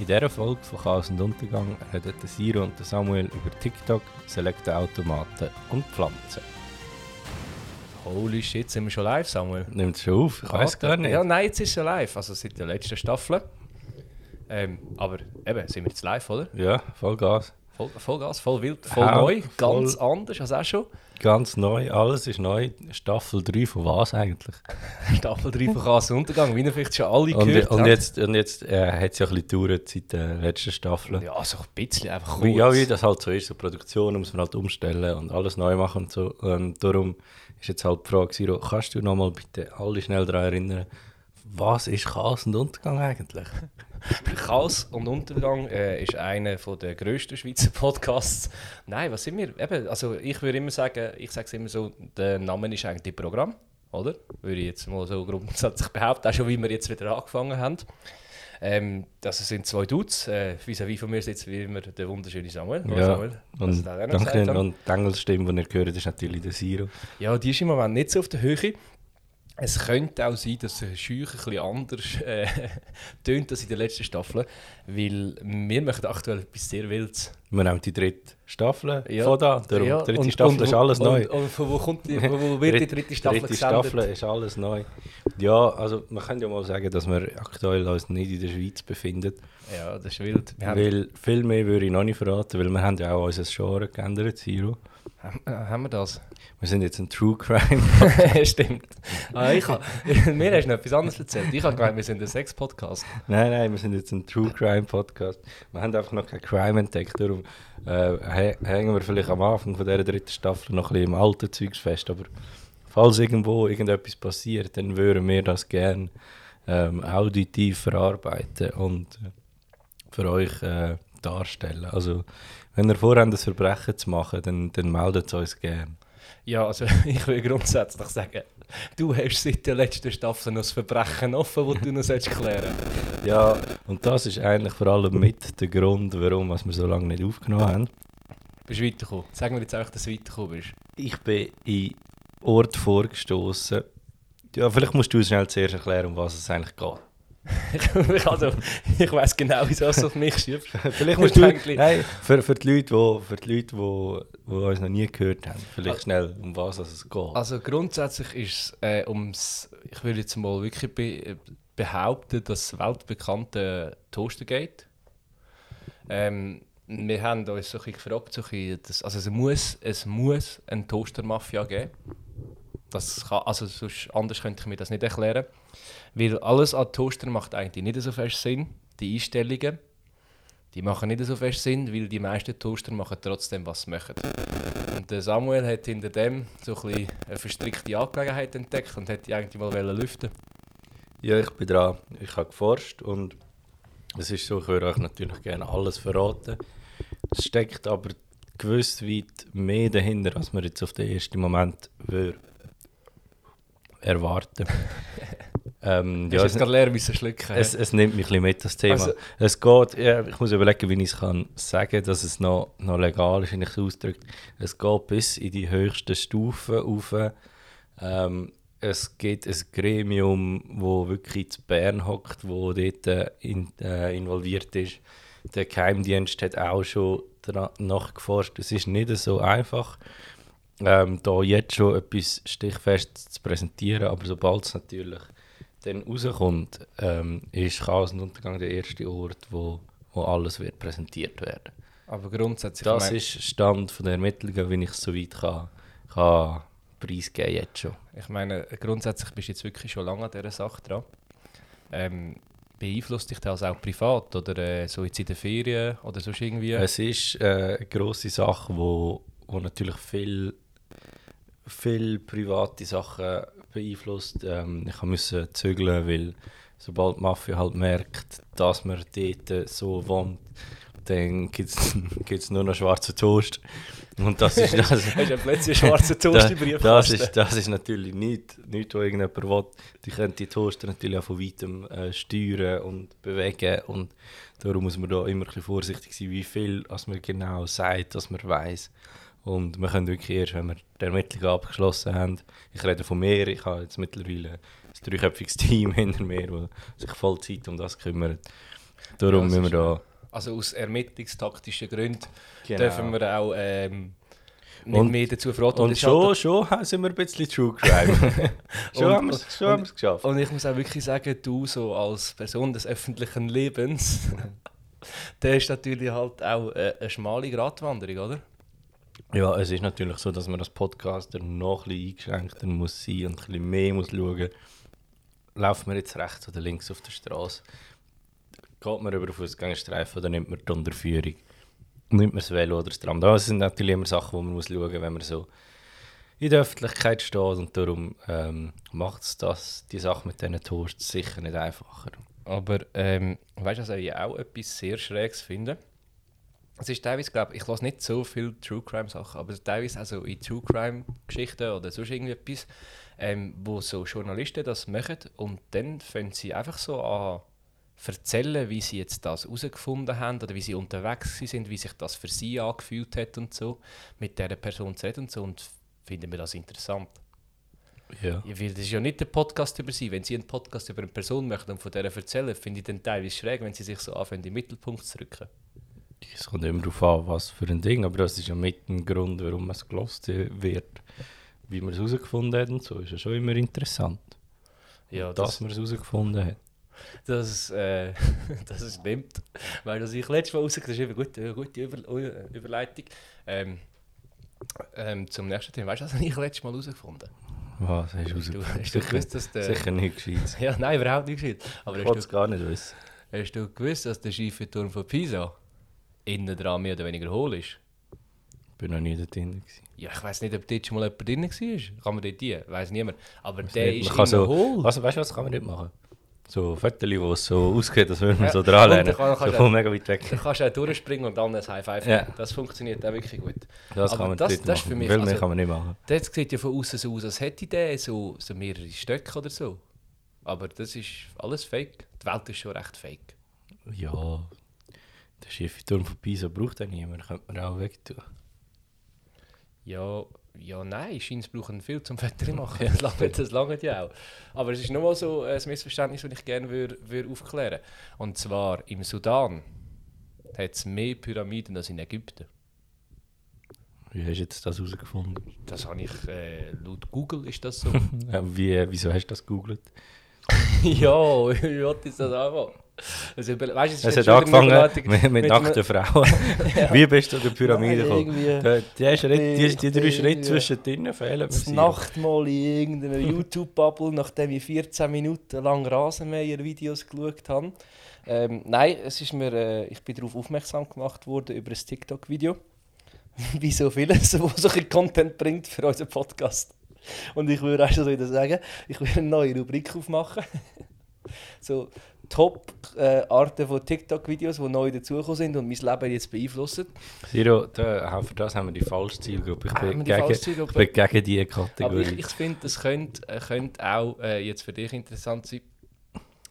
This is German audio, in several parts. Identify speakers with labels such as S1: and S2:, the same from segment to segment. S1: In dieser Folge von Chaos und Untergang reden der Siro und der Samuel über TikTok, selekte Automaten und Pflanzen.
S2: Holy shit, sind wir schon live, Samuel?
S1: Nimmt es schon auf? Ich weiß gar nicht.
S2: Ja, nein, jetzt ist es live. Also seit der letzten Staffel. Ähm, aber eben, sind wir jetzt live, oder?
S1: Ja, voll Gas.
S2: Voll, voll Gas, voll wild, voll
S1: Ja,
S2: neu,
S1: voll-
S2: ganz anders als auch schon.
S1: Ganz neu, alles ist neu. Staffel 3 von was eigentlich?
S2: Staffel 3 von Chaos und Untergang, wie ihr vielleicht schon alle
S1: Und,
S2: gehört
S1: und
S2: habt.
S1: jetzt, und jetzt äh, hat es ja ein bisschen gedauert seit der letzten Staffel.
S2: Ja, so ein bisschen, einfach kurz.
S1: Wie, ja, wie das halt so ist, so Produktion muss man halt umstellen und alles neu machen und so. Ähm, darum ist jetzt halt die Frage, Siro, kannst du nochmal bitte alle schnell daran erinnern, was ist Chaos und Untergang eigentlich?
S2: Chaos und Untergang äh, ist einer von der grössten Schweizer Podcasts. Nein, was sind wir? Eben, also ich würde immer sagen, ich sage es immer so, der Name ist eigentlich Programm, oder? Würde ich jetzt mal so grundsätzlich behaupten, auch schon wie wir jetzt wieder angefangen haben. Ähm, das sind zwei Dudes, äh, vis-à-vis von mir sitzt wie immer der wunderschöne Samuel. Hallo Samuel. dass
S1: und
S2: du das auch Also noch gesagt hast.
S1: danke. Und die Engelsstimme, die ihr gehört, ist natürlich der Siro.
S2: Ja, die ist im Moment nicht so auf der Höhe. Es könnte auch sein, dass der Scheuch ein bisschen anders äh, tönt als in der letzten Staffel, weil wir machen aktuell etwas sehr Wildes.
S1: Wir nehmen die dritte Staffel
S2: Ja.
S1: von da. Darum,
S2: Ja,
S1: die dritte
S2: und-
S1: Staffel
S2: und-
S1: ist alles
S2: und,
S1: neu.
S2: Und, und von wo, kommt die, wo, wo wird die dritte Staffel
S1: dritte
S2: gesendet?
S1: Staffel ist alles neu. Ja, also man könnte ja mal sagen, dass wir aktuell uns nicht in der Schweiz befinden.
S2: Ja, das ist wild. Wir haben,
S1: Weil viel mehr würde ich noch nicht verraten, weil wir haben ja auch unser Genre geändert, Siro.
S2: haben, äh, haben wir das?
S1: Wir sind jetzt ein True Crime.
S2: Stimmt. Ah, ich hab, mir hast du noch etwas anderes erzählt. Ich habe gemeint, wir sind ein Sex-Podcast.
S1: nein, nein, wir sind jetzt ein True Crime Podcast. Wir haben einfach noch kein Crime entdeckt, darum äh, hä- hängen wir vielleicht am Anfang von dieser dritten Staffel noch ein bisschen im alten Zeugs fest. Aber falls irgendwo irgendetwas passiert, dann würden wir das gerne ähm, auditiv verarbeiten und äh, für euch äh, darstellen. Also, wenn ihr vorhabt, ein Verbrechen zu machen, dann, dann meldet es uns gerne.
S2: Ja, also ich will grundsätzlich sagen, du hast seit der letzten Staffel noch das Verbrechen offen, das du noch sollst klären
S1: Ja, und das ist eigentlich vor allem mit der Grund, warum was wir so lange nicht aufgenommen haben.
S2: Bist du weitergekommen? Sag mir jetzt einfach, dass du weitergekommen bist.
S1: Ich bin in Ort vorgestoßen. Ja, vielleicht musst du schnell zuerst erklären, um was es eigentlich geht.
S2: Ich- also, ich weiss genau, wieso du es auf mich schiebst.
S1: Vielleicht musst du.
S2: Eigentlich-
S1: Nein, für, für die Leute, die, für die Leute, die, die uns noch nie gehört haben, vielleicht
S2: Ah.
S1: schnell, um was es geht.
S2: Also grundsätzlich ist es äh, ums, ich würde jetzt mal wirklich be äh, behaupten, das weltbekannte Toastergate. Ähm, wir haben uns so ein bisschen gefragt, so ein bisschen, das, also es muss, es muss eine Toastermafia geben. Das kann, also sonst, anders könnte ich mir das nicht erklären. Weil alles an Toaster macht eigentlich nicht so fest Sinn. Die Einstellungen, die machen nicht so fest Sinn, weil die meisten Toaster machen trotzdem, was sie möchten. Und der Samuel hat hinter dem so ein bisschen eine verstrickte Angelegenheit entdeckt und hätte die eigentlich mal wollen lüften
S1: Ja, ich bin dran. Ich habe geforscht und es ist so, ich würde euch natürlich gerne alles verraten. Es steckt aber gewiss weit mehr dahinter, als man jetzt auf den ersten Moment würde erwarten. ähm,
S2: Ja,
S1: ja,
S2: ich
S1: es,
S2: gerade leer müssen schlucken.
S1: es, es nimmt mich ein bisschen mit, das Thema.
S2: Also-
S1: es geht, ja, ich muss überlegen, wie ich es kann sagen dass es noch, noch legal ist, wenn ich es ausdrücke. Es geht bis in die höchsten Stufen rauf. Ähm, es gibt ein Gremium, wo wirklich zu Bern hockt, wo dort äh, in, äh, involviert ist. Der Geheimdienst hat auch schon dra- nachgeforscht. Es ist nicht so einfach, ähm, da jetzt schon etwas stichfest zu präsentieren, aber sobald es natürlich dann rauskommt, ähm, ist Chaos und Untergang der erste Ort, wo, wo alles wird präsentiert werden.
S2: Aber grundsätzlich.
S1: Das
S2: ich mein-
S1: ist Stand von der Ermittlungen, wenn ich es soweit kann, kann preisgeben jetzt schon.
S2: Ich meine, grundsätzlich bist du jetzt wirklich schon lange an dieser Sache dran. Ähm, beeinflusst dich das auch privat oder äh, so jetzt in den Ferien oder sonst irgendwie?
S1: Es ist äh, eine grosse Sache, wo, wo natürlich viel, viel private Sachen beeinflusst. Ähm, ich musste zügeln, weil sobald die Mafia halt merkt, dass man dort äh, so wohnt, dann gibt es nur noch schwarzen Toast. Und das ist das.
S2: Hast du ja plötzlich einen schwarzen Toast im
S1: Da- das,
S2: Briefkasten?
S1: ist, das ist natürlich nicht, nicht was irgendjemand will. Die können die Toaster natürlich auch von weitem äh, steuern und bewegen. Und darum muss man da immer ein bisschen vorsichtig sein, wie viel als man genau sagt, dass man weiß. Und wir können wirklich erst, wenn wir die Ermittlungen abgeschlossen haben, ich rede von mir, ich habe jetzt mittlerweile ein dreiköpfiges Team hinter mir, das sich Vollzeit um das kümmert. Darum
S2: Ja, das
S1: müssen wir da.
S2: Also aus ermittlungstaktischen Gründen
S1: Genau.
S2: dürfen wir auch ähm, nicht
S1: Und-
S2: mehr dazu verraten.
S1: Und
S2: es ist halt-
S1: schon, schon ha- sind wir ein bisschen True Crime. schon
S2: Und-
S1: haben wir es schon haben wir's geschafft.
S2: Und ich muss auch wirklich sagen, du so als Person des öffentlichen Lebens, der ist natürlich halt auch äh, eine schmale Gratwanderung, oder?
S1: Ja, es ist natürlich so, dass man als Podcaster noch ein bisschen eingeschränkter muss sein und ein bisschen mehr muss schauen. Laufen wir jetzt rechts oder links auf der Straße? Geht man über den Fußgängerstreifen oder nimmt man die Unterführung? Nimmt man das Velo oder das Tram? Das sind natürlich immer Sachen, die man muss schauen muss, wenn man so in der Öffentlichkeit steht. Und darum ähm, macht es das, die Sache mit diesen Toasts sicher nicht einfacher.
S2: Aber ähm, weißt du, was ich auch etwas sehr Schräges finde? Es ist teilweise, glaube ich, ich lasse nicht so viel True Crime Sachen, aber teilweise also in True Crime Geschichten oder sonst irgendetwas, ähm, wo so Journalisten das machen und dann fangen sie einfach so an erzählen, wie sie jetzt das herausgefunden haben oder wie sie unterwegs gewesen sind, wie sich das für sie angefühlt hat und so, mit dieser Person zu reden und so und finden wir das interessant.
S1: Ja.
S2: Ja, weil das ist ja nicht der Podcast über sie. Wenn sie einen Podcast über eine Person möchten und von der erzählen, finde ich den teilweise schräg, wenn sie sich so anfangen, in den Mittelpunkt zu rücken.
S1: Es kommt immer darauf an, was für ein Ding, aber das ist ja mit ein Grund, warum es gelost wird. Wie man es herausgefunden hat und so, ist ja schon immer interessant,
S2: Ja,
S1: dass
S2: das,
S1: man es herausgefunden hat.
S2: das, äh, das ist nimmt. Weil das ich letztes Mal rausgeschrieben habe, gute, gute über Ü- Überleitung. Ähm, ähm, zum nächsten Thema. Weißt du, was habe ich letztes Mal herausgefunden?
S1: Was hast du herausgefunden?
S2: Du, hast du
S1: Sicher,
S2: gewusst, dass der.
S1: sicher nicht gescheit.
S2: Ja, nein, überhaupt nicht gescheit. Aber
S1: Ich
S2: hast
S1: wollte es
S2: du,
S1: gar nicht wissen.
S2: hast du gewusst, dass der schiefe Turm von Pisa innen dran mehr oder weniger hohl ist?
S1: Ich war noch nie dort drin. gewesen.
S2: Ja, ich weiß nicht, ob dort schon mal jemand drin war. Kann man dort die? Weiß niemand. Aber der
S1: nicht.
S2: ist
S1: Man
S2: immer
S1: kann so-
S2: hohl.
S1: Was, weißt du, was kann man nicht machen? So Fotos, wo es so ausgeht, das würden wir
S2: Ja,
S1: so
S2: und
S1: dran
S2: dann
S1: lernen.
S2: kann-
S1: So
S2: kannst
S1: von mega weit weg.
S2: Da kannst du auch durchspringen und dann ein High Five.
S1: Ja.
S2: geben. Das funktioniert auch wirklich gut.
S1: Das
S2: aber
S1: kann man
S2: das-
S1: dort
S2: das ist
S1: machen.
S2: für mich-
S1: Viel mehr
S2: also-
S1: kann man nicht machen.
S2: Der sieht ja von außen so aus, als hätte der so, so mehrere Stöcke oder so. Aber das ist alles fake. Die Welt ist schon recht fake.
S1: Ja, der schiefe Turm von Pisa braucht ja niemand, könnte man auch wegtun.
S2: Ja, ja nein, Scheins brauchen viel zum Wetter machen. Das lange, das lange ja auch. Aber es ist nur mal so ein Missverständnis, das ich gerne würd, würd aufklären würde. Und zwar im Sudan hat es mehr Pyramiden als in Ägypten.
S1: Wie hast du jetzt das herausgefunden?
S2: Das habe ich, äh, laut Google ist das so.
S1: Ja, Wie, wieso hast du das gegoogelt?
S2: ja, wie wollte ich das anfangen? Also, über- weißt, du,
S1: Es
S2: ist
S1: hat
S2: jetzt schon wieder eine
S1: angefangen
S2: Überleitung
S1: mit, mit
S2: einem-
S1: nackten Frauen. Wie bist du an die Pyramide
S2: Nein,
S1: gekommen?
S2: irgendwie
S1: Die, die, Schritt, die, die drei
S2: irgendwie-
S1: Schritte zwischen drinnen fehlen mir
S2: das
S1: sehr.
S2: Nachtmahl in irgendeiner YouTube-Bubble, nachdem ich 14 Minuten lang Rasenmäher-Videos geschaut habe. Ähm, nein, es ist mir, äh, ich bin darauf aufmerksam gemacht worden über ein TikTok-Video. Wie so vieles, was so ein Content bringt für unseren Podcast. Und ich würde auch schon wieder sagen, ich will eine neue Rubrik aufmachen. so Top-Arten von TikTok-Videos, die neu dazugekommen sind und mein Leben jetzt beeinflussen.
S1: Siro, da, haben- für das haben wir die falsche Zielgruppe. Ich
S2: Ah, Haben
S1: bin,
S2: wir die
S1: gegen,
S2: falsche Zielgruppe?
S1: ich bin gegen diese
S2: Aber ich,
S1: Kategorie.
S2: ich finde, das könnte, äh, könnte auch äh, jetzt für dich interessant sein.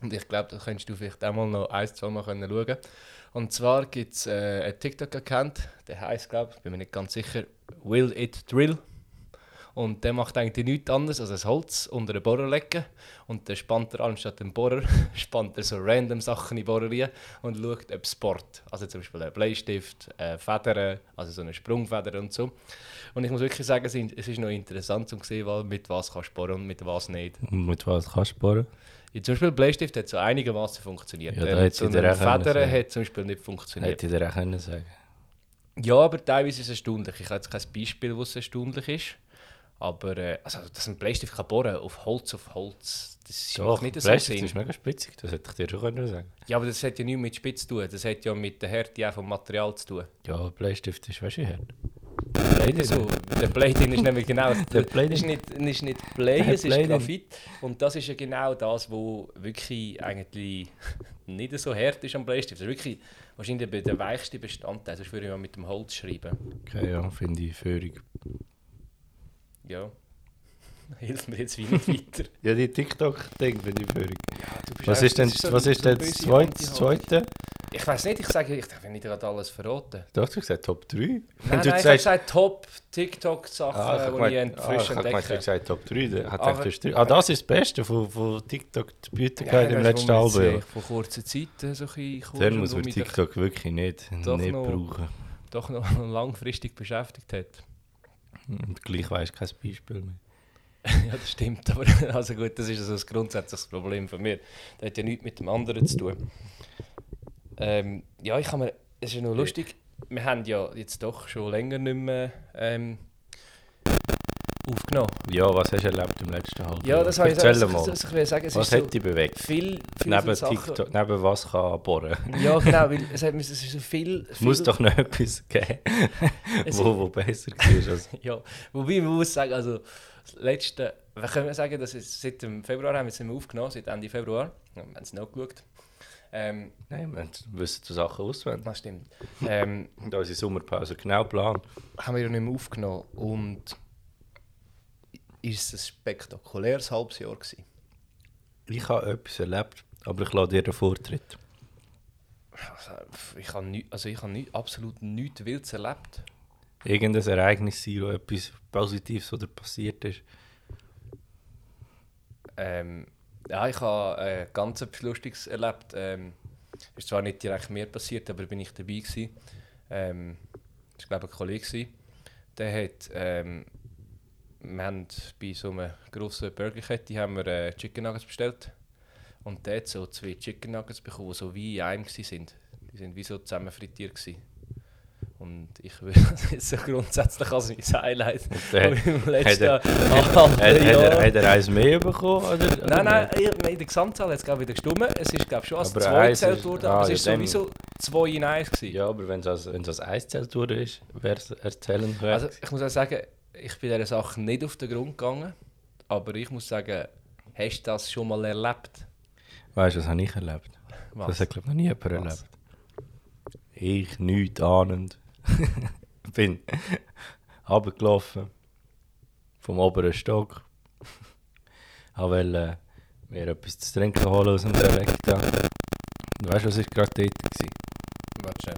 S2: Und ich glaube, da könntest du vielleicht auch mal noch ein, zwei Mal können schauen. Und zwar gibt es äh, einen TikTok-Account, der heißt, glaube ich, bin mir nicht ganz sicher, Will It Drill. Und der macht eigentlich nichts anderes als ein Holz unter eine Bohrerlecke. Und dann spannt er anstatt dem Bohrer, spannt er so random Sachen in den Bohrer rein und schaut, ob es bohrt. Also zum Beispiel einen Bleistift, äh, Federn, also so eine Sprungfeder und so. Und ich muss wirklich sagen, es ist- es ist noch interessant um zu sehen, wa- mit was kannst du bohren und mit was nicht.
S1: Und mit was kannst du sparen?
S2: Ja, zum Beispiel Bleistift hat so einigermaßen funktioniert.
S1: Ja, da
S2: Ähm,
S1: hätte
S2: so
S1: ich dir
S2: eine
S1: auch können
S2: Federn
S1: sagen.
S2: hat zum Beispiel nicht funktioniert.
S1: Hätte ich dir auch können sagen
S2: Ja, aber teilweise ist es erstaunlich. Ich habe jetzt kein Beispiel, wo es erstaunlich ist. Aber äh, also, dass ein Bleistift kann bohren auf Holz auf Holz, das ist
S1: Doch,
S2: nicht so
S1: Plastik
S2: Sinn.
S1: ist mega spitzig, das hätte ich dir schon können sagen
S2: Ja, aber das hat ja nichts mit Spitz zu tun. Das hat ja mit der Härte auch vom Material zu tun.
S1: Ja, Bleistift ist weißt du hart.
S2: Blade so. Der Blade-In ist nämlich genau.
S1: Der
S2: Der
S1: Blade-In.
S2: Blade ist nicht, ist nicht Blade,
S1: Der
S2: es ist
S1: Blade-In.
S2: Graphit. Und das ist ja genau das, wo wirklich eigentlich nicht so hart ist am Bleistift. Das ist wirklich wahrscheinlich der- der weichste Bestandteil. Sonst würde ich mal mit dem Holz schreiben.
S1: Okay, ja, finde ich Führung.
S2: Ja. Hilft mir jetzt wie nicht weiter.
S1: Ja, die TikTok-Ding finde ich Führung.
S2: Ja, Ah, du bist
S1: Was
S2: einfach-
S1: ist denn,
S2: das so-
S1: was ist
S2: so
S1: denn
S2: eine
S1: das
S2: böse
S1: zweite?
S2: Anti-Haltung.
S1: zweite?
S2: Ich weiß nicht, ich sage, ich will nicht gerade alles verraten.
S1: Du hast gesagt Top 3. Wenn
S2: Nein,
S1: du
S2: nein, ich habe
S1: sagst-
S2: gesagt Top-TikTok-Sachen, die ich
S1: ah,
S2: ent-
S1: ich
S2: frisch
S1: hab gemeint, du
S2: entdecke.
S1: hast gesagt Top 3. Dann hat
S2: Aber-
S1: gedacht, du hast drei. ah, das ist das Beste von, von TikTok die Beauty Guide im
S2: weißt du,
S1: letzten
S2: wo man
S1: Album.
S2: sich Vor kurzer Zeit äh, so ein bisschen
S1: Dann muss man
S2: mich
S1: TikTok wirklich nicht,
S2: doch
S1: nicht
S2: noch-
S1: brauchen.
S2: doch noch langfristig beschäftigt hat.
S1: Und gleich weiss kein Beispiel mehr.
S2: ja, das stimmt. Aber also gut, das ist also ein grundsätzliches Problem von mir. Das hat ja nichts mit dem anderen zu tun. Ähm, ja, ich habe mir. Es ist ja noch lustig. Wir haben ja jetzt doch schon länger nicht mehr ähm, aufgenommen.
S1: Ja, was hast du erlebt im letzten Halbjahr?
S2: Ja, das habe ich
S1: Erzähl
S2: das-
S1: mal.
S2: das- das will ich sagen. Es
S1: was
S2: ist so
S1: hat dich bewegt?
S2: viel, viel
S1: Neben,
S2: Sachen.
S1: TikTok, neben was kann bohren?
S2: Ja, genau, weil es, hat, es ist so viel.
S1: Es
S2: viel
S1: muss doch noch etwas geben,
S2: Es-
S1: wo, wo besser war. Als
S2: Ja, wobei man muss sagen, also das letzte, wir können sagen, dass es seit dem Februar haben wir es nicht mehr aufgenommen, seit Ende Februar. Ja, Wir haben es nachgeschaut. Ähm,
S1: Nein, wir wissen die Sachen auswendig.
S2: das stimmt. Ähm,
S1: Und unsere Sommerpause genau plan.
S2: haben wir ja nicht mehr aufgenommen und ist es ein spektakuläres halbes Jahr gewesen.
S1: Ich habe etwas erlebt, aber ich lasse dir den Vortritt.
S2: Also, pff, ich habe nie, also ich habe nie, absolut nichts Wildes erlebt.
S1: Irgendein Ereignis sein, oder etwas Positives, was dir passiert ist.
S2: Ähm, ja, ich habe äh, ganz etwas Lustiges erlebt. Ähm, ist zwar nicht direkt mir passiert, aber bin ich dabei gewesen. Ähm, ich glaube ein Kollege gewesen. Der hat, ähm, wir haben bei so einer grossen Burgerkette haben wir äh, Chicken Nuggets bestellt und der hat so zwei Chicken Nuggets bekommen, die so wie in einem gsi sind. Die sind wie so zusammen frittiert gewesen. Und ich würde das ist so grundsätzlich als mein Highlight
S1: der hat-
S2: im
S1: hat
S2: letzten
S1: er- Hat, hat,
S2: Jahr.
S1: er, hat er eins mehr bekommen? Oder, oder
S2: Nein, nein, ich- in der Gesamtzahl hat es glaub ich, wieder gestimmt. Es ist glaube schon als
S1: Aber
S2: zwei
S1: eins
S2: gezählt
S1: ist-
S2: worden,
S1: ah,
S2: aber es
S1: ja,
S2: ist so
S1: dann-
S2: wie so zwei in eins gewesen.
S1: Ja, aber wenn es als, wenn's als Eiszelltour ist, wäre es erzählen können.
S2: Also ich muss auch sagen, ich bin dieser Sache nicht auf den Grund gegangen, aber ich muss sagen, hast du das schon mal erlebt?
S1: weißt du, das habe ich erlebt? Das hat, glaube ich, noch nie jemand
S2: Was?
S1: erlebt. Ich, nichts ahnend, bin runtergelaufen vom oberen Stock. wollte äh, mir etwas zu trinken holen aus dem Selekta. Und Weißt du, was war gerade dort? Gewesen?
S2: Warte schnell.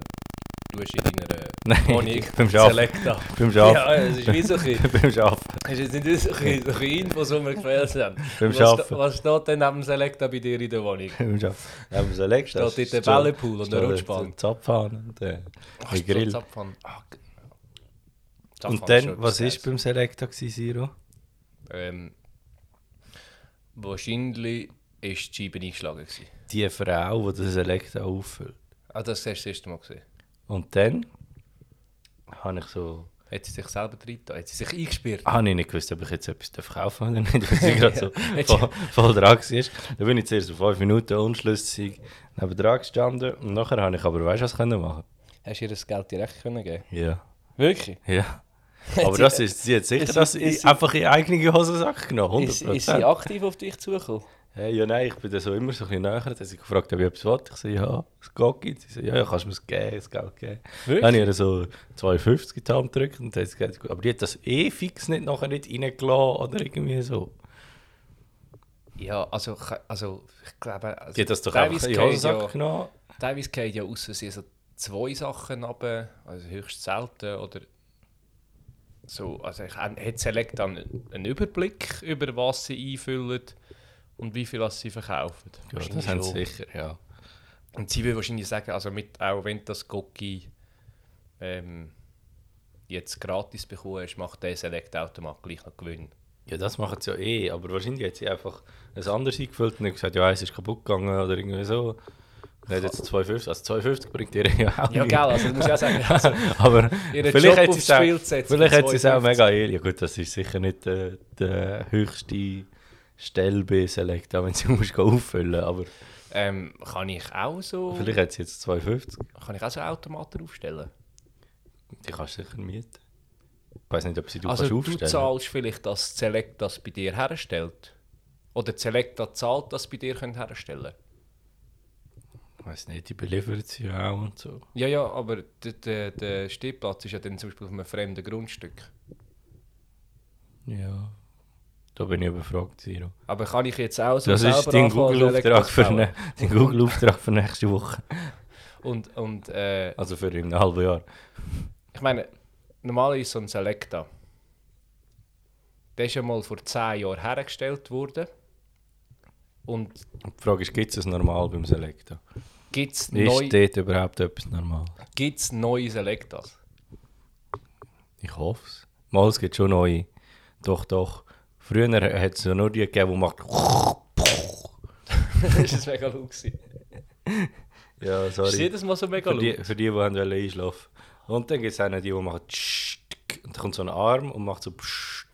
S2: Du hast in deiner
S1: Nein,
S2: Wohnung
S1: beim Schaffen.
S2: Selecta.
S1: Beim
S2: Ja,
S1: Schaffen.
S2: ja, es ist wie so ein bisschen-
S1: beim Schaffen.
S2: es ist jetzt nicht so ein bisschen Infos, die wir gefehlt haben.
S1: Beim
S2: was,
S1: Schaffen.
S2: was steht denn neben dem Selecta bei dir in der Wohnung?
S1: beim Schaffen. Neben dem Selekta.
S2: Steht dort der Ballepool und eine Rutschbahn?
S1: Ein Zapfhahn und äh,
S2: Oh,
S1: ein Grill.
S2: Zapfhahn. Ah, g- Zapfhahn
S1: Und
S2: schon
S1: dann,
S2: etwas
S1: was war
S2: Geiles.
S1: beim Selekta, gewesen, Siro?
S2: Ähm, wahrscheinlich ist die Scheibe eingeschlagen. Gewesen.
S1: Die Frau, die das Selekta auffüllt.
S2: Ah, das hast du das erste Mal gesehen.
S1: Und dann habe ich so.
S2: Hat sie sich selber drin Hat sie sich eingesperrt?
S1: Ah, ich nicht gewusst, ob ich jetzt etwas darf kaufen oder nicht, weil sie gerade so
S2: Ja.
S1: voll, voll dran war. Da bin ich zuerst so fünf Minuten unschlüssig neben dran gestanden und nachher habe ich aber, weißt du, was können machen?
S2: Hast du ihr das Geld direkt können geben
S1: Ja.
S2: Wirklich?
S1: Ja. Aber das ist, sie hat sicher
S2: Ist sie-
S1: das
S2: ist
S1: in-
S2: sie-
S1: einfach in eigene Hosensack genommen,
S2: Ist,
S1: 100%.
S2: ist sie aktiv auf dich zugekommen?
S1: hey, ja, nein, ich bin da so immer so ein bisschen näher. Dann hat sie gefragt, ob ich etwas wollte. Ich so, ja, es geht. gibt's. Sie so, ja, ja, kannst du mir das geben, das Geld geben.
S2: Wirklich?
S1: Dann habe ich ihr so 2,50 in die Hand gedrückt und dann hat sie gesagt, gut. aber die hat das eh fix nicht nachher nicht reingelassen oder irgendwie so.
S2: Ja, also, ke- also ich glaube. Also,
S1: Die hat das doch einfach
S2: teilweise
S1: in den
S2: gehen
S1: Hosensack
S2: ja,
S1: genommen.
S2: Teilweise gehen ja aus, sie so zwei Sachen runter, also höchst selten. Oder so, also ich, hat Select dann einen Überblick über was sie einfüllen und wie viel was sie verkaufen?
S1: Ja, das
S2: Wahrscheinlich
S1: haben
S2: schon.
S1: sie sicher, ja.
S2: Und sie will wahrscheinlich sagen, also mit, auch wenn das Goki ähm, jetzt gratis bekommen hast, macht der Select-Automat gleich noch Gewinn.
S1: Ja, das machen sie ja eh, aber wahrscheinlich hat sie einfach ein anderes eingefüllt und hat gesagt, ja, eins ist kaputt gegangen oder irgendwie so. Und hat jetzt 2,50, also 2,50 bringt ihr ja auch
S2: Ja,
S1: nichts.
S2: gell, also das muss ich auch sagen. Also,
S1: Aber
S2: Ihren
S1: vielleicht
S2: Job
S1: hat
S2: aufs
S1: sie
S2: Spiel
S1: es auch,
S2: zu setzen
S1: vielleicht
S2: mit
S1: hat sie es auch
S2: 52.
S1: mega ehrlich. Ja gut, das ist sicher nicht äh, der höchste Stelle bei Select, auch wenn sie musst gehen auffüllen aber
S2: ähm, kann ich auch so,
S1: vielleicht hat sie jetzt 2,50.
S2: kann ich auch so Automaten aufstellen?
S1: Die kannst du sicher mieten. Ich weiß nicht, ob sie du
S2: also
S1: kannst
S2: du
S1: aufstellen
S2: zahlst vielleicht, dass Select das bei dir herstellt? Oder Select zahlt, dass sie bei dir können herstellen
S1: Ich weiß nicht, die beliefert sie ja auch und so.
S2: Ja, ja, aber der, der, der Stehplatz ist ja dann zum Beispiel auf einem fremden Grundstück.
S1: Ja, da bin ich überfragt, Siro.
S2: Aber kann ich jetzt auch so
S1: Das ist dein
S2: anfangen, Select
S1: Google-Auftrag
S2: zu
S1: für,
S2: bauen?
S1: ne, dein Google für nächste Woche.
S2: Und, und äh,
S1: Also für in einem halben Jahr.
S2: ich meine, normal ist so ein Selecta. Der ist ja mal vor 10 Jahren hergestellt worden. Und
S1: Und die Frage ist, gibt es ein normal beim Selecta?
S2: gibt es
S1: Ist
S2: neu,
S1: dort überhaupt etwas normal?
S2: gibt's neue Selectas?
S1: Ich hoffe es. Mal, es gibt schon neue. Doch, doch. Früher hat es ja nur die gegeben, die macht...
S2: das war mega laut. gewesen.
S1: Ja,
S2: Das ist
S1: sorry.
S2: jedes Mal so mega
S1: Für die,
S2: laut.
S1: für die, die haben wollen einschlafen Und dann gibt es einen, die die machen... tschk. Und dann kommt so ein Arm und macht so... pschk.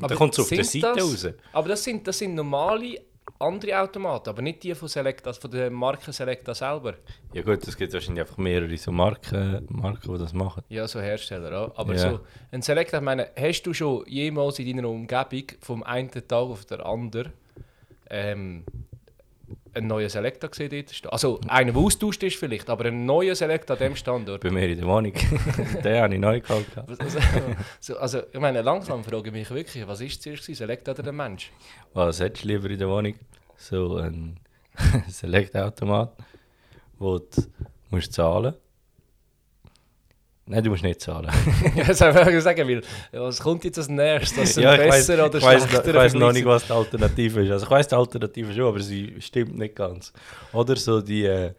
S1: Und dann kommt es auf der
S2: sind
S1: Seite
S2: das,
S1: raus.
S2: Aber das sind, das sind normale andere Automaten, aber nicht die von Selecta, von der Marke Selecta selber.
S1: Ja gut, es gibt wahrscheinlich einfach mehrere so Marken, Marken die das machen.
S2: Ja, so Hersteller, ja. aber
S1: Ja.
S2: so ein Selecta, ich meine, hast du schon jemals in deiner Umgebung vom einen Tag auf den anderen ähm, einen neuen Selecta gesehen? dort stehen? Also einen, der austauscht ist vielleicht, aber einen neuen Selecta an dem Standort.
S1: Bei mir in der Wohnung. den habe ich neu gehabt.
S2: Was- Also, so, also ich meine, langsam frage ich mich wirklich, was ist zuerst gewesen, Selecta oder der Mensch?
S1: Was hättest du lieber in der Wohnung? So ein Select-Automat, wo du musst zahlen Nein, du musst nicht zahlen.
S2: ja, das habe ich auch sagen, weil was kommt jetzt als nächstes? Das ist ein besser
S1: weiss-
S2: oder
S1: ich weiss-
S2: schlechter
S1: Ich weiß noch
S2: Vergleich?
S1: nicht, was die Alternative ist. Also ich weiß die Alternative schon, aber sie stimmt nicht ganz. Oder so die, äh,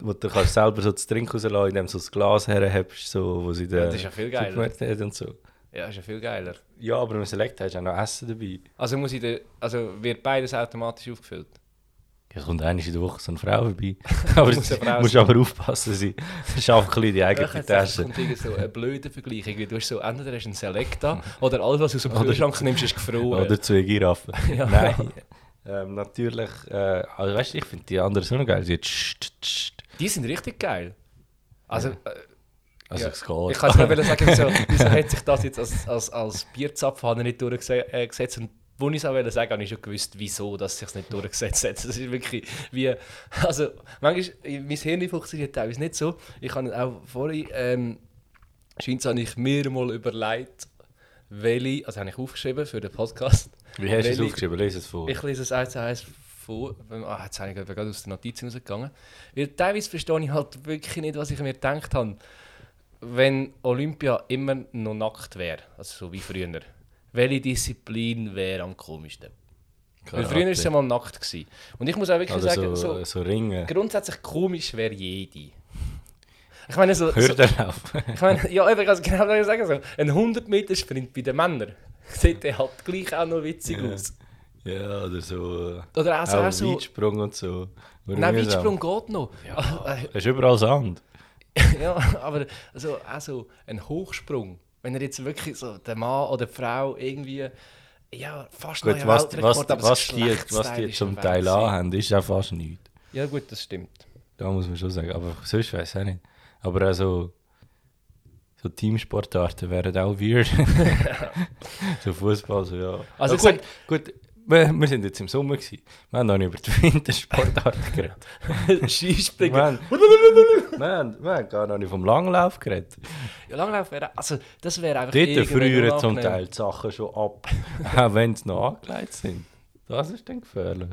S1: wo du kannst selber so das Trinken rauslassen, indem du so das Glas herhebst, so, wo sie den
S2: das ist ja viel geiler.
S1: Supermarkt hat und so.
S2: Ja, ist ja viel geiler.
S1: Ja, aber im Select hast du auch noch Essen dabei.
S2: Also, muss ich da, also wird beides automatisch aufgefüllt.
S1: Ja, Es kommt einmal in der Woche so eine Frau vorbei. aber
S2: Muss eine Frau
S1: du musst
S2: sein.
S1: aber aufpassen, sie schafft ein bisschen die eigene
S2: Das
S1: Tasche.
S2: kommt irgendwie so eine blöde Vergleich. Irgendwie, du hast so, entweder hast du einen Selecta oder alles, was du aus dem Kühlschrank nimmst, ist gefroren.
S1: Oder zwei Giraffen.
S2: Ja.
S1: Nein. Ähm, natürlich, äh, also weißt du, ich finde die anderen so noch geil. Sie tsch, tsch, tsch.
S2: Die sind richtig geil. Also, äh,
S1: Also
S2: Ja.
S1: es geht.
S2: ich kann es nur sagen, wieso, wieso hat sich das jetzt als, als, als Bierzapfhahn nicht durchgesetzt? Äh, gesetzt? und wo ich es auch wollte sagen habe ich schon gewusst, wieso dass sich nicht durchgesetzt hat. Das ist wirklich wie. Also, manchmal, äh, mein Hirn funktioniert teilweise nicht so. Ich habe auch vorhin. Ähm, Scheint habe ich mir mal überlegt, welche. Also, habe ich aufgeschrieben für den Podcast.
S1: Wie hast du es
S2: welche-
S1: aufgeschrieben? Lies es vor.
S2: Ich lese es eins zu eins vor. Ah, jetzt bin ich gerade aus den Notizen rausgegangen. Weil teilweise verstehe ich halt wirklich nicht, was ich mir gedacht habe. Wenn Olympia immer noch nackt wäre, also so wie früher, welche Disziplin wäre am komischsten? Weil früher war es ja mal nackt. Gewesen. Und ich muss auch wirklich
S1: Oder
S2: sagen,
S1: so,
S2: so,
S1: so, Ringe.
S2: grundsätzlich komisch wäre jede. Ich meine, so, so,
S1: Hör dann auf.
S2: ich meine, ja, eben, ganz genau was ich sagen soll. Ein 100-Meter-Sprint bei den Männern sieht dann halt gleich auch noch witzig
S1: Ja.
S2: aus.
S1: ja, oder so. äh,
S2: Oder auch, so- auch
S1: auch
S2: so...
S1: Weitsprung und so. Wäre
S2: Nein,
S1: mühsam.
S2: Weitsprung geht noch. Oh,
S1: Es ist überall Sand.
S2: ja, aber also, also ein Hochsprung. Wenn er jetzt wirklich so der Mann oder die Frau irgendwie ja, fast
S1: Gut,
S2: neuer
S1: was,
S2: Weltrekord,
S1: was,
S2: aber
S1: was,
S2: das
S1: die, was
S2: Geschlechtsteil
S1: die
S2: ist
S1: zum
S2: im
S1: Teil
S2: Wahnsinn.
S1: anhaben, ist ja fast nichts.
S2: Ja gut, das stimmt.
S1: Da muss man schon sagen. Aber sonst weiß ich auch nicht. Aber auch so, so Teamsportarten wären auch weird. so Fußball, so ja.
S2: Also
S1: ja,
S2: ich
S1: gut, gut. Wir, wir sind jetzt im Sommer. Gewesen. Wir haben noch nicht über die Wintersportarten geredet. wir,
S2: Skispringen.
S1: haben, wir, haben, wir haben gar noch nicht vom Langlauf geredet.
S2: Ja, Langlauf wäre... Also das wäre einfach
S1: Dort
S2: irgendwie
S1: früher zum
S2: unangenehm.
S1: Teil die Sachen schon ab, auch wenn sie noch angelegt sind. Das ist dann gefährlich.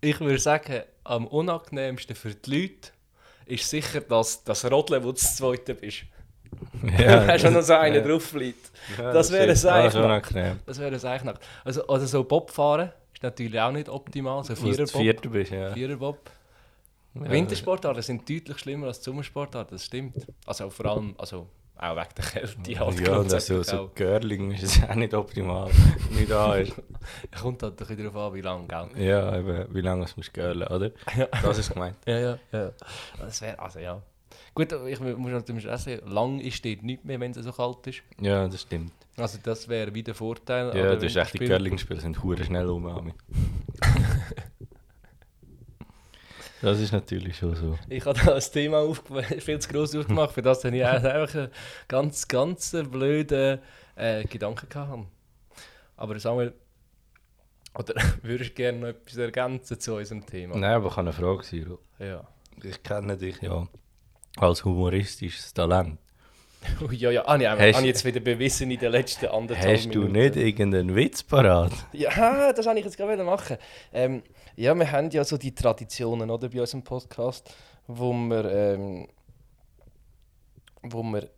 S2: Ich würde sagen, am unangenehmsten für die Leute ist sicher das, das Rodeln, wo du das Zweite bist. Ja, Wenn schon noch so einer drauf liegt.
S1: Ja,
S2: das wäre
S1: ist-
S2: ein
S1: ah, schon
S2: Seichnackt.
S1: angenehm.
S2: Das wäre das eigentlich noch. Also, also so Bobfahren ist natürlich auch nicht optimal. So
S1: Wenn du das
S2: Viererbob.
S1: vierte bist, ja.
S2: Viererbob.
S1: Ja.
S2: Wintersportarten sind deutlich schlimmer als die Sommersportarten, das stimmt. Also vor allem, also auch wegen der Kälte. halt
S1: ja, und also, das so,
S2: grundsätzlich
S1: so
S2: auch.
S1: Girling ist es auch nicht optimal. nicht da ist.
S2: Kommt halt ein bisschen darauf an, wie lange, gell?
S1: Ja, eben, wie lange es musst du girlen, oder?
S2: Ja.
S1: Das ist gemeint.
S2: Ja, ja, ja. Das wäre, also ja. Gut, ich mu- muss natürlich auch sagen, lang ist dort nicht mehr, wenn es so kalt ist.
S1: Ja, das stimmt.
S2: Also das wäre wieder Vorteil. an
S1: Ja,
S2: den
S1: das ist echt die
S2: Winterspielen.
S1: Girling-Spiele sind hure schnell um. Ami. das ist natürlich schon so.
S2: Ich habe da das Thema aufge- viel zu gross aufgemacht, für das habe ich auch einfach einen ganz, ganz blöden äh, Gedanken gehabt. Aber Samuel, oder würdest du gerne noch etwas ergänzen zu unserem Thema?
S1: Nein, aber ich habe eine Frage, Siro.
S2: Ja.
S1: Ich kenne dich ja als humoristisches Talent.
S2: Ui, ja, ja, ah, nee, habe
S1: Hast-
S2: ich jetzt wieder bewiesen in den letzten anderthalb
S1: Hast du
S2: Minuten.
S1: nicht irgendeinen Witz parat?
S2: Ja, das wollte ich jetzt gerade machen. Ähm, ja, wir haben ja so die Traditionen oder, bei unserem Podcast, wo wir, ähm, wo wir.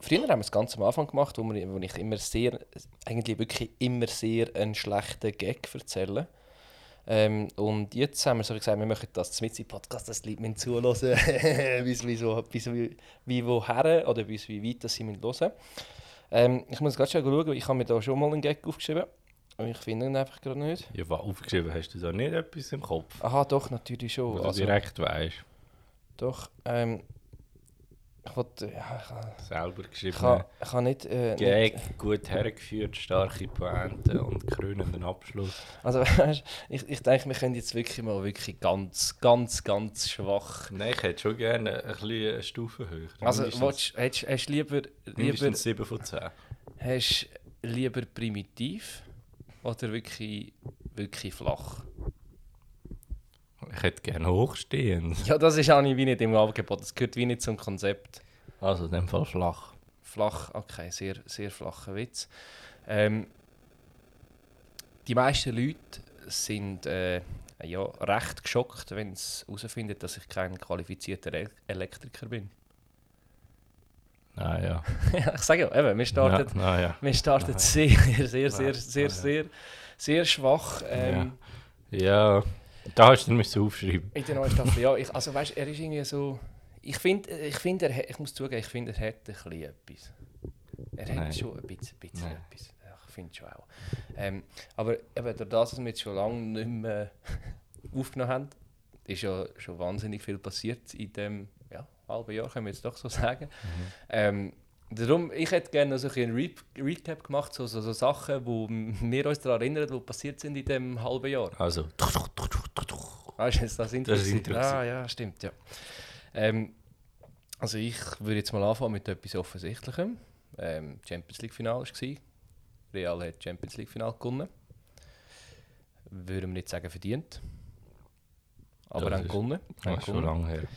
S2: Früher haben wir es ganz am Anfang gemacht, wo, wir, wo ich immer sehr, eigentlich wirklich immer sehr einen schlechten Gag erzähle. Ähm, und jetzt haben wir so gesagt, wir machen das zum im Podcast, dass die Leute müssen zuhören, bis, wie so, bis, wie, wie woher oder bis wie weit dass sie hören müssen. Ähm, ich muss gerade schon schauen, ich habe mir da schon mal einen Gag aufgeschrieben. Aber ich finde ihn einfach gerade nicht.
S1: Ja, was aufgeschrieben hast du da nicht etwas im Kopf?
S2: Aha, doch, natürlich
S1: Wo
S2: schon.
S1: du
S2: Also,
S1: direkt weißt.
S2: doch, ähm, ich wollte, eh, ja, ich kann,
S1: Selber
S2: ich
S1: geschrieben.
S2: kann, ich kann nicht, äh, nicht,
S1: Gag, gut hergeführt, starke Pointe und krönenden Abschluss.
S2: also weißt, ich, ich denke, wir können jetzt wirklich mal wirklich ganz, ganz, ganz schwach.
S1: Nein, ich hätte schon gerne ein bisschen eine Stufe höher.
S2: Also,
S1: Mindestens-
S2: willst, hast, hast lieber, lieber,
S1: mindestens 7 von 10.
S2: hast lieber primitiv oder wirklich, wirklich flach?
S1: Ich hätte gerne hochstehend.
S2: Ja, das ist auch nicht, wie nicht im Angebot, das gehört wie nicht zum Konzept.
S1: Also in dem Fall flach.
S2: flach, okay, sehr, sehr flacher Witz. Ähm, die meisten Leute sind äh, ja, recht geschockt, wenn sie herausfinden, dass ich kein qualifizierter El Elektriker bin.
S1: Ah ja.
S2: Ja, ich sage ja, eben, wir starten,
S1: Ja, ah, ja.
S2: wir starten
S1: Aha.
S2: sehr, sehr, sehr, sehr,
S1: Ah,
S2: sehr,
S1: ja.
S2: sehr, sehr schwach ähm,
S1: ja, da hast du ihn müssen aufschreiben.
S2: in der neuen Staffel. Ja, ich, also weißt, er ist irgendwie so... Ich finde, ich, find, er hat- ich muss zugeben, ich finde, er hat ein bisschen etwas. Er hat
S1: Nein.
S2: schon ein bisschen, bisschen
S1: Nein.
S2: etwas. Ja, Ich finde schon auch. Ähm, aber eben durch das, dass wir jetzt schon lange nicht mehr aufgenommen haben, ist ja schon wahnsinnig viel passiert in dem ja, halben Jahr, können wir jetzt doch so sagen.
S1: Mhm.
S2: Ähm, darum, ich hätte gerne noch so ein bisschen einen Re Recap gemacht, so, so, so Sachen, wo wir uns daran erinnern, die passiert sind in dem halben Jahr.
S1: Also,
S2: Ah, ist jetzt das Intro?
S1: Das ist das
S2: gewesen?
S1: Intro
S2: Ah, ja, stimmt, ja. Ähm, also ich würde jetzt mal anfangen mit etwas Offensichtlichem. Ähm, Champions League Finale war Real hat Champions League Finale gewonnen. Würde man nicht sagen verdient. Aber
S1: Das
S2: haben
S1: ist-
S2: gewonnen.
S1: das
S2: Haben
S1: ist schon
S2: gewonnen.
S1: lange her.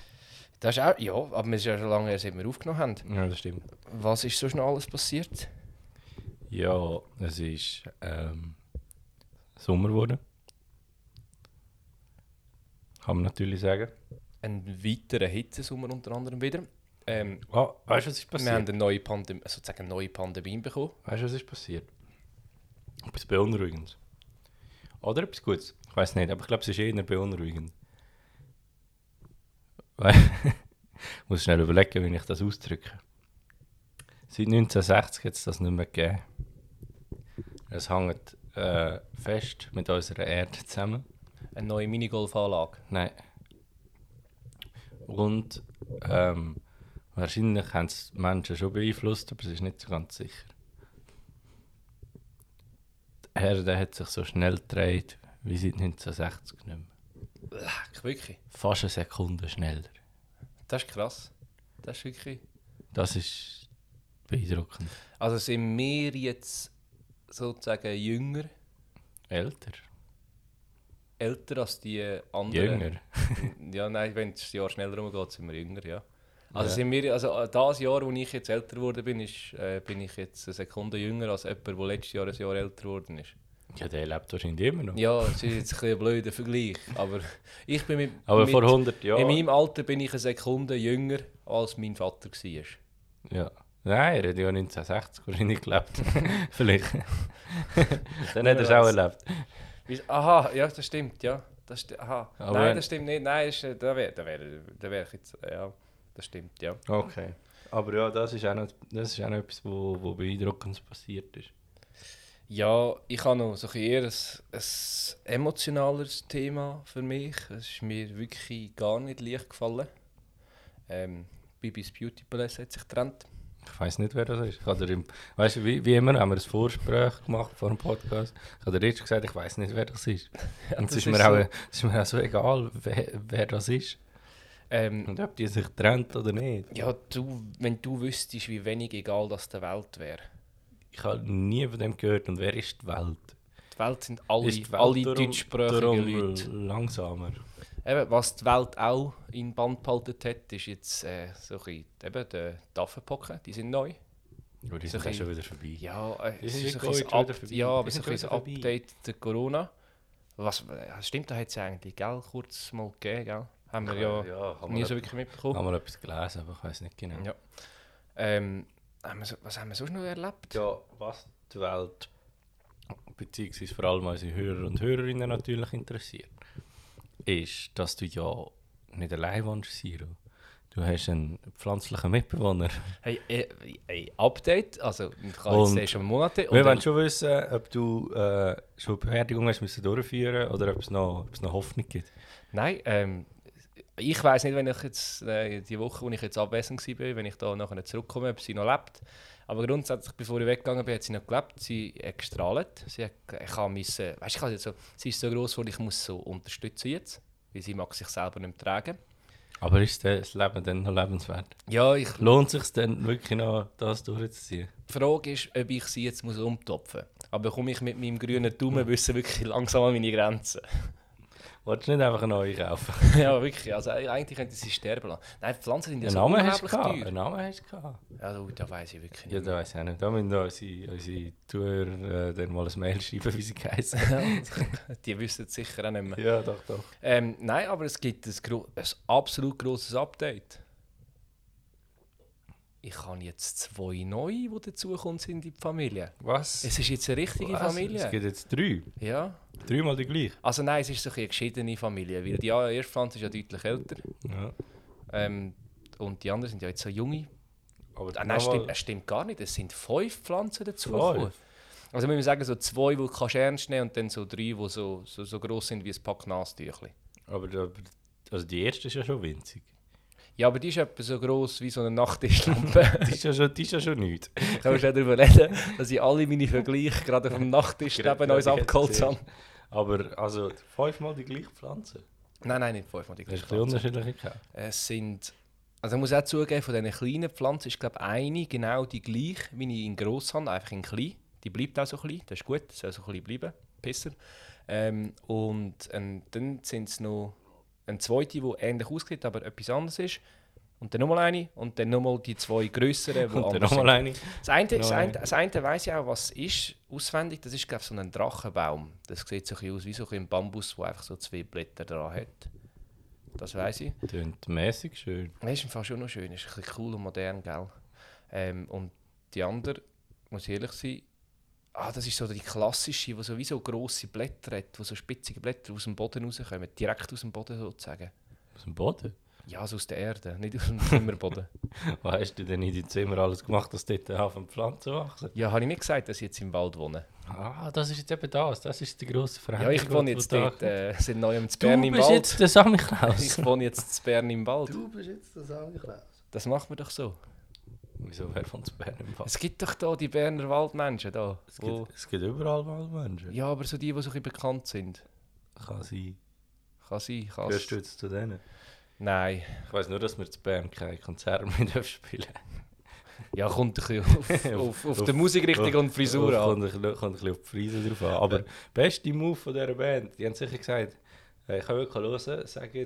S2: Das ist auch, ja, aber wir sind ja schon lange her, seit wir aufgenommen haben.
S1: Ja, das stimmt.
S2: Was ist so schnell alles passiert?
S1: Ja, es ist ähm, Sommer geworden. Kann man natürlich sagen.
S2: Ein weiterer Hitzesommer unter anderem wieder. Ähm,
S1: Ah, weißt du, was ist
S2: wir haben
S1: passiert?
S2: eine neue Pandemie, sozusagen eine neue Pandemie bekommen.
S1: Weißt du, was ist passiert? Etwas beunruhigend. Oder etwas Gutes. Ich weiß nicht, aber ich glaube, es ist eher beunruhigend. Weil- ich muss schnell überlegen, wie ich das ausdrücke. Seit 1960 hat es das nicht mehr gegeben. Es hängt äh, fest mit unserer Erde zusammen.
S2: Eine neue Minigolfanlage.
S1: Nein. Und ähm, wahrscheinlich haben es die Menschen schon beeinflusst, aber es ist nicht so ganz sicher. Die Erde hat sich so schnell gedreht wie seit 1960 nicht mehr.
S2: Leck, wirklich.
S1: Fast eine Sekunde schneller.
S2: Das ist krass. Das ist wirklich.
S1: Das ist beeindruckend.
S2: Also sind wir jetzt sozusagen jünger,
S1: Älter?
S2: älter als die anderen.
S1: Jünger?
S2: Ja, nein, wenn das Jahr schneller rumgeht, sind wir jünger, ja. Also
S1: Ja.
S2: sind wir, also äh, das Jahr, wo ich jetzt älter geworden bin, ist, äh, bin ich jetzt eine Sekunde jünger als jemand, der letztes Jahr ein Jahr älter geworden ist.
S1: Ja, der lebt wahrscheinlich immer noch.
S2: Ja, das ist jetzt ein, bisschen ein blöder Vergleich, aber ich bin mit,
S1: Aber
S2: mit
S1: vor 100
S2: in
S1: Jahren.
S2: meinem Alter bin ich eine Sekunde jünger, als mein Vater war.
S1: Ja. Nein, er hat ja 1960 wahrscheinlich gelebt. Vielleicht. Dann hat er es auch erlebt.
S2: Wieso- Aha, ja, das stimmt, ja. Das sti aha.
S1: Aber-
S2: Nein, das stimmt nicht. Nein, ist, äh, da wäre da wär, da wär ich jetzt. Ja, das stimmt, ja.
S1: Okay. Aber ja, das ist auch noch, das ist auch noch etwas, wo, wo beeindruckendes passiert ist.
S2: Ja, ich habe noch so ein bisschen eher ein, ein emotionaleres Thema für mich. Es ist mir wirklich gar nicht leicht gefallen. Ähm, Bibis Beauty Palace hat sich getrennt.
S1: Ich weiß nicht, wer das ist. Ich habe dir im, weißt du, wie, wie immer haben wir ein Vorgespräch gemacht vor dem Podcast. Ich habe dir jetzt schon gesagt, ich weiß nicht, wer das ist. Und
S2: das
S1: es ist,
S2: ist
S1: mir
S2: so.
S1: auch, es ist mir auch so egal, wer, wer das ist.
S2: Ähm,
S1: Und ob die sich trennt oder nicht.
S2: ja, du, wenn du wüsstest, wie wenig egal das der Welt wäre.
S1: Ich habe nie von dem gehört. Und wer ist die Welt?
S2: Die Welt sind alle,
S1: ist die Welt
S2: alle
S1: darum-
S2: deutschsprachigen
S1: darum
S2: Leute.
S1: Langsamer.
S2: Eben, was die Welt auch in Band behalten hat, ist jetzt äh, so ein bisschen, eben die Tafelpocken, die sind neu.
S1: Aber die
S2: So
S1: sind dann
S2: ein-
S1: schon wieder vorbei.
S2: eh- Ja, äh,
S1: Die
S2: es
S1: sind
S2: ist
S1: nicht
S2: ein bisschen
S1: gut, wieder
S2: Up-
S1: vorbei.
S2: ja, aber
S1: Die
S2: es
S1: sind
S2: ist ein bisschen
S1: schon wieder
S2: Update der Corona. Was, äh, stimmt, da hat es eigentlich gell, kurz mal gegeben, gell? haben wir ja,
S1: haben
S2: nie
S1: wir
S2: so
S1: etwas-
S2: wirklich mitbekommen.
S1: haben wir etwas gelesen, aber ich weiß nicht genau.
S2: Ja. Ähm, haben wir, so- was haben wir sonst noch erlebt?
S1: ja, was die Welt, beziehungsweise vor allem unsere Hörer und Hörerinnen natürlich interessiert, ist, dass du ja nicht allein wohnst, Siro. Du hast einen pflanzlichen Mitbewohner.
S2: Hey, äh, hey, Update, also ich kann
S1: Und-
S2: jetzt eh schon Monate.
S1: Wir
S2: und dann-
S1: wollen schon wissen, ob du äh, schon eine Beerdigung hast müssen durchführen oder ob es noch, ob es noch Hoffnung gibt.
S2: Nein, ähm, ich weiß nicht, wenn ich jetzt äh, die Woche, wo ich jetzt abwesend war, wenn ich da nachher zurückkomme, ob sie noch lebt. Aber grundsätzlich, bevor ich weggegangen bin, hat sie noch gelebt. Sie hat gestrahlt. Sie hat, ich kann müssen, weißt, ich kann jetzt so, sie ist so groß, ich muss so unterstützen jetzt, weil sie mag sich selber nicht mehr tragen.
S1: Aber ist denn das Leben dann noch lebenswert?
S2: Ja, ich,
S1: Lohnt es sich denn wirklich noch, das durchzuziehen?
S2: die Frage ist, ob ich sie jetzt muss umtopfen muss. Aber komme ich mit meinem grünen Daumen, wissen wirklich langsam an meine Grenzen.
S1: Wolltest du nicht einfach eine neue kaufen?
S2: ja, wirklich. Also eigentlich könnte sie sterben lassen. Nein, die Pflanzen sind ja
S1: Einen
S2: so
S1: Namen hast du
S2: unglaublich
S1: gehabt? Einen
S2: teuer.
S1: Namen hast du gehabt?
S2: Also, da weiß ich wirklich nicht.
S1: Ja, das weiß ich auch nicht. Da müssen wir unsere, unsere Tour äh, dann mal ein Mail schreiben, wie sie heißen.
S2: Ja, die wissen es sicher auch nicht mehr.
S1: ja, doch, doch.
S2: Ähm, nein, aber es gibt ein, gro ein absolut grosses Update. Ich habe jetzt zwei neue, die dazugekommen sind in die Familie.
S1: Was?
S2: Es ist jetzt eine richtige
S1: Was? Es
S2: Familie.
S1: gibt jetzt drei.
S2: Ja.
S1: Dreimal die gleiche.
S2: Also nein, es ist so ein bisschen eine geschiedene Familie, weil die erste Pflanze ist ja deutlich älter
S1: Ja.
S2: ähm, und die anderen sind ja jetzt so junge.
S1: Aber
S2: Ah, nein, stimmt,
S1: nochmal-
S2: es stimmt gar nicht, es sind fünf Pflanzen dazugekommen.
S1: Fünf?
S2: Also müssen wir sagen, so zwei, die du ernst nehmen kannst und dann so drei, die so, so, so gross sind wie ein Pack Nastüchli.
S1: Aber, da- also die erste ist ja schon winzig.
S2: Ja, aber die ist etwa so gross wie so eine Nachttischlampe.
S1: Die ist ja schon, die ist ja schon nichts.
S2: Ich kann schon darüber reden, dass ich alle meine Vergleiche gerade vom Nachttisch
S1: Gerade-
S2: neben uns
S1: gerade jetzt
S2: abgeholt
S1: gesehen.
S2: habe.
S1: Aber also fünfmal die gleiche Pflanze.
S2: Nein, nein, nicht fünfmal die
S1: Das ist ein
S2: gleiche
S1: bisschen
S2: Pflanze.
S1: unterschiedliche gehabt.
S2: Es sind... Also ich muss auch zugeben, von diesen kleinen Pflanzen ist glaube eine genau die gleiche, wie ich in gross habe, einfach in klein. Die bleibt auch so klein, das ist gut, das soll so klein bleiben. Pisser. Ähm, und ähm, dann sind es noch eine zweite, die ähnlich aussieht, aber etwas anderes ist. Und dann nochmal eine und dann nochmal die zwei grösseren,
S1: Und
S2: die
S1: dann
S2: anders sind.
S1: nochmal eine.
S2: Das eine, das
S1: Nein.
S2: eine, das eine weiss ich auch, was ist auswendig. Das ist, glaube ich, so ein Drachenbaum. Das sieht so ein bisschen aus wie so ein Bambus, der einfach so zwei Blätter dran hat. Das weiss ich.
S1: Tönt mäßig schön.
S2: Das ist im Fall schon noch schön. Ist ein bisschen cool und modern, gell? Ähm, und die andere, muss ich ehrlich sein, ah, das ist so die klassische, die so wie so grosse Blätter hat, die so spitzige Blätter aus dem Boden rauskommen. Direkt aus dem Boden sozusagen.
S1: Aus dem Boden.
S2: Ja, also aus der Erde, nicht aus dem Zimmerboden.
S1: Was hast du denn in deinem Zimmer alles gemacht, dass dort ein Haufen Pflanzen wachsen?
S2: ja, habe ich nicht gesagt, dass ich jetzt im Wald wohne?
S1: Ah, das ist jetzt eben das. Das ist die grosse Frage.
S2: Ja, ich wohne jetzt dort, äh, sind neu im Bern
S1: du
S2: im
S1: bist
S2: Wald.
S1: jetzt der Sammy Klaus.
S2: Ich wohne jetzt in Bern im Wald.
S1: Du bist jetzt der Sammy Klaus.
S2: Das machen wir doch so.
S1: Wieso, wer von Bern im Wald?
S2: Es gibt doch da die Berner Waldmenschen da.
S1: Es gibt,
S2: Wo,
S1: es gibt überall Waldmenschen.
S2: ja, aber so die, die so ein bisschen bekannt sind.
S1: Kann sein.
S2: Kann sein, kann
S1: Gehörst du
S2: sein.
S1: jetzt zu denen?
S2: Nein.
S1: Ich weiss nur, dass wir zu Bern kein Konzert mehr dürfen spielen
S2: Ja, kommt ein bisschen auf, auf, auf, die Musikrichtung und Frisur
S1: an. Kommt ein
S2: an.
S1: bisschen- kommt ein bisschen auf die Frisur drauf an. Aber beste Move von dieser Band, die haben sicher gesagt, äh, ich kann wirklich hören, sagt, äh,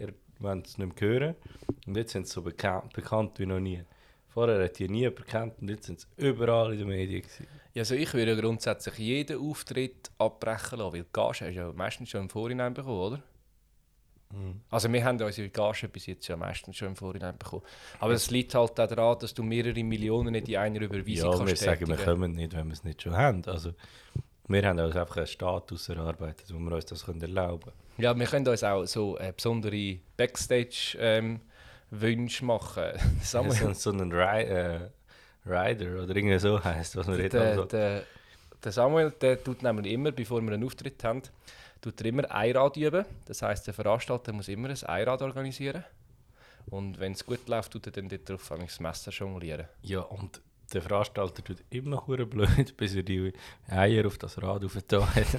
S1: ihr wollt es nicht mehr hören. Und jetzt sind sie so bekannt, bekannt wie noch nie. Vorher hat die nie jemand gekannt und jetzt sind sie überall in den Medien. Gewesen.
S2: Ja, also ich würde ja grundsätzlich jeden Auftritt abbrechen lassen, weil die Gage hast du ja meistens schon im Vorhinein bekommen, oder?
S1: Hm.
S2: Also wir haben ja unsere Gage bis jetzt ja meistens schon im Vorhinein bekommen. Aber es liegt halt auch daran, dass du mehrere Millionen nicht in einer Überweisung
S1: Ja, wir sagen, wir
S2: tätigen.
S1: kommen nicht, wenn wir es nicht schon haben. Also, wir haben uns einfach einen Status erarbeitet, wo wir uns das können erlauben können.
S2: Ja, wir können uns auch so äh, besondere Backstage-Wünsche machen.
S1: Das
S2: Samuel,
S1: so einen Ri äh, Rider oder irgendwie so heißt, was wir jetzt haben.
S2: der,
S1: So,
S2: der, der Samuel der tut nämlich immer, bevor wir einen Auftritt haben, tut er immer Einrad üben. Das heisst, der Veranstalter muss immer ein Einrad organisieren. Und wenn es gut läuft, tut er dann dort drauf manchmal das Messer jonglieren.
S1: ja, und der Veranstalter tut immer hure blöd, bis er die Eier auf das Rad aufgetan hat.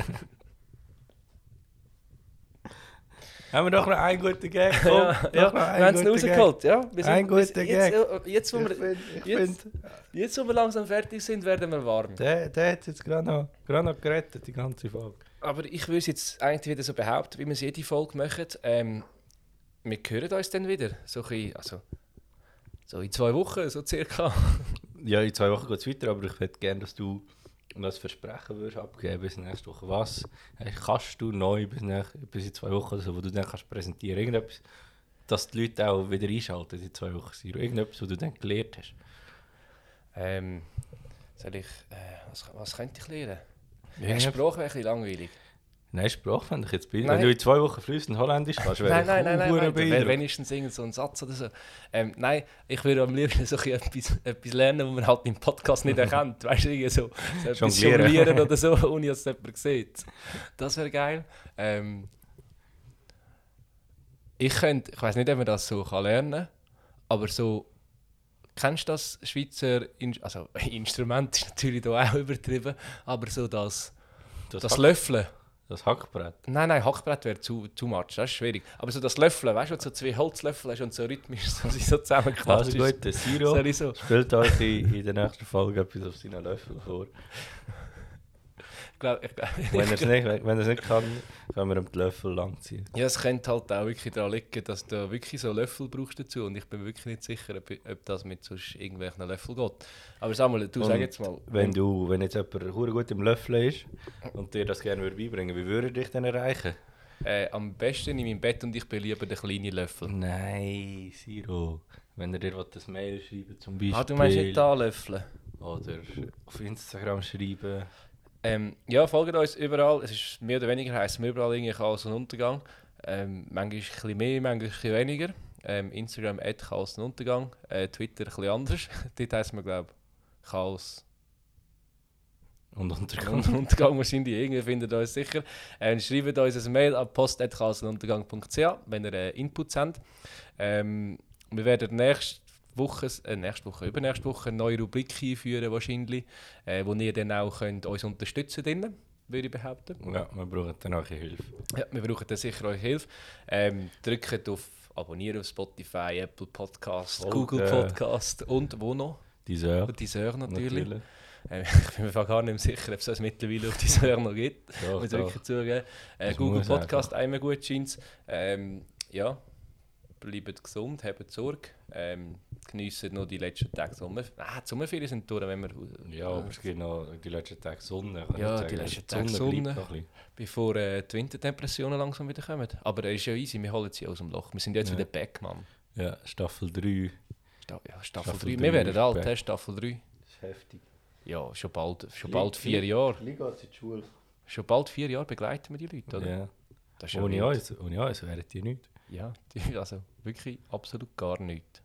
S1: haben wir doch noch einen guten Gag? Komm, doch noch einen
S2: wir haben es
S1: guten Gag.
S2: rausgeholt. Ja, wir
S1: Ein
S2: wir
S1: guter
S2: jetzt, äh, jetzt, wo
S1: Ich
S2: wir,
S1: find- ich
S2: jetzt-
S1: find,
S2: jetzt, wo wir langsam fertig sind, werden wir warm.
S1: der, der hat jetzt gerade noch, gerade noch gerettet, die ganze Folge.
S2: Aber ich würde es jetzt eigentlich wieder so behaupten, wie wir es jede Folge machen. Ähm, wir hören uns dann wieder. So, ein bisschen, also, so in zwei Wochen, so circa.
S1: Ja, in zwei Wochen geht es weiter, aber ich hätte gerne, dass du das Versprechen würdest abgeben bis nächste Woche. Was äh, kannst du neu bis, nach, bis in zwei Wochen, oder so, wo du dann kannst präsentieren? Irgendetwas, dass die Leute auch wieder einschalten in zwei Wochen. Siro. Irgendetwas, was du dann gelernt hast.
S2: Ähm, soll ich, äh, was, was könnte ich lernen? Ja,
S1: Irgendetwas-
S2: Sprache wäre ein bisschen langweilig.
S1: Nein, Sprache fände ich jetzt blöd.
S2: Nein.
S1: Wenn du in zwei Wochen fließend Holländisch kannst, wäre
S2: Nein, nein, nein, nein, nein.
S1: ich
S2: Wenn- wenigstens irgend so ein Satz oder so. Ähm, nein, ich würde am liebsten so ein bisschen etwas, etwas lernen, was man halt im Podcast nicht erkennt. Weißt du, irgendwie so, so etwas
S1: Jonglieren.
S2: jonglieren oder so, ohne dass es jemand sieht. Das wäre geil. Ähm, ich könnte, ich weiß nicht, ob man das so kann lernen kann, aber so, kennst du das Schweizer, In also Instrument ist natürlich da auch übertrieben, aber so das,
S1: Das,
S2: das
S1: Hack,
S2: Löffeln.
S1: das Hackbrett.
S2: Nein, nein, Hackbrett wäre zu too much, das ist schwierig. Aber so das Löffeln, weißt du, wo du so zwei Holzlöffel hast und so rhythmisch so, sie
S1: Also
S2: so zusammenklatscht.
S1: gut, der Siro
S2: Sorry, so.
S1: spielt euch in, in der nächsten Folge etwas auf seinen Löffel vor.
S2: Ich glaub, ich glaub,
S1: Wenn er es nicht, wenn er es nicht kann, können wir ihm die Löffel langziehen.
S2: ja, es könnte halt auch wirklich daran liegen, dass du wirklich so Löffel brauchst dazu. Und ich bin wirklich nicht sicher, ob, ob das mit sonst irgendwelchen Löffeln geht. Aber Samuel, du
S1: Und
S2: sag jetzt mal.
S1: Wenn du, wenn jetzt jemand sehr gut im Löffeln ist und dir das gerne würde beibringen wie würde er dich dann erreichen?
S2: Äh, am besten in meinem Bett und ich bin lieber der kleine Löffel.
S1: Nein, Siro. Wenn er dir will, das Mail schreiben zum Beispiel.
S2: Ah, du meinst nicht da löffeln?
S1: Oder auf Instagram schreiben.
S2: Ähm, ja, folgt uns überall. Es ist mehr oder weniger heißen wir überall irgendwie Chaos und Untergang. Ähm, manchmal ein bisschen mehr, manchmal ein bisschen weniger. Ähm, Instagram at Chaos und Untergang. Äh, Twitter ein bisschen anders. Dort heißen wir, glaube ich, Chaos
S1: Und Untergang.
S2: und Untergang. Wahrscheinlich irgendwie findet ihr uns sicher. Ähm, schreibt uns ein Mail an post.chaosunduntergang.ch, wenn ihr äh, Inputs habt. Ähm, wir werden nächste Woche, äh, nächste Woche, übernächste Woche eine neue Rubrik einführen, wahrscheinlich, äh, wo ihr dann auch könnt uns unterstützen könnt, würde ich behaupten.
S1: Ja, wir brauchen dann auch ein bisschen Hilfe.
S2: Ja, wir brauchen dann sicher eure Hilfe. Ähm, drückt auf Abonnieren auf Spotify, Apple Podcast,
S1: Folgen.
S2: Google Podcast und wo noch?
S1: Diese
S2: Auf Deezer natürlich. Ähm, ich bin mir einfach gar nicht mehr sicher, ob es das mittlerweile auf Deezer noch gibt.
S1: Doch,
S2: Muss ich
S1: doch.
S2: wirklich zugeben. Äh,
S1: Das
S2: Google
S1: muss
S2: Podcast, einmal gut scheint ähm, Ja, bleibt gesund, habt Sorge. Ähm, geniessen noch die letzten Tage Sommer. Ah, die Sommerferien sind durch, wenn wir...
S1: Ja, aber
S2: Ah,
S1: es gibt noch nou, die letzten Tage Sonne. kann
S2: Ja,
S1: ich
S2: die
S1: sagen. Sonne
S2: letzten Tage
S1: bleibt
S2: Sonne.
S1: noch ein bisschen.
S2: Bevor äh, die Winterdepressionen langsam wieder kommen. Aber eh, es ist ja easy, wir holen sie aus dem Loch. Wir sind jetzt
S1: Ja.
S2: wieder back, Mann.
S1: Ja, Staffel 3.
S2: Sta ja, Staffel
S1: Staffel
S2: 3.
S1: drei
S2: Wir
S1: ist
S2: werden alt,
S1: back.
S2: hä? Staffel 3.
S1: Das ist heftig.
S2: Ja, schon bald, schon
S1: Li-
S2: bald vier
S1: li-
S2: Jahre.
S1: Liga in die Schule.
S2: Schon bald vier Jahre begleiten wir die Leute, oder?
S1: Ja.
S2: Das ist ja
S1: Ohne
S2: wild.
S1: uns, ohne uns wären die nicht.
S2: Ja, die- also wirklich absolut gar nichts.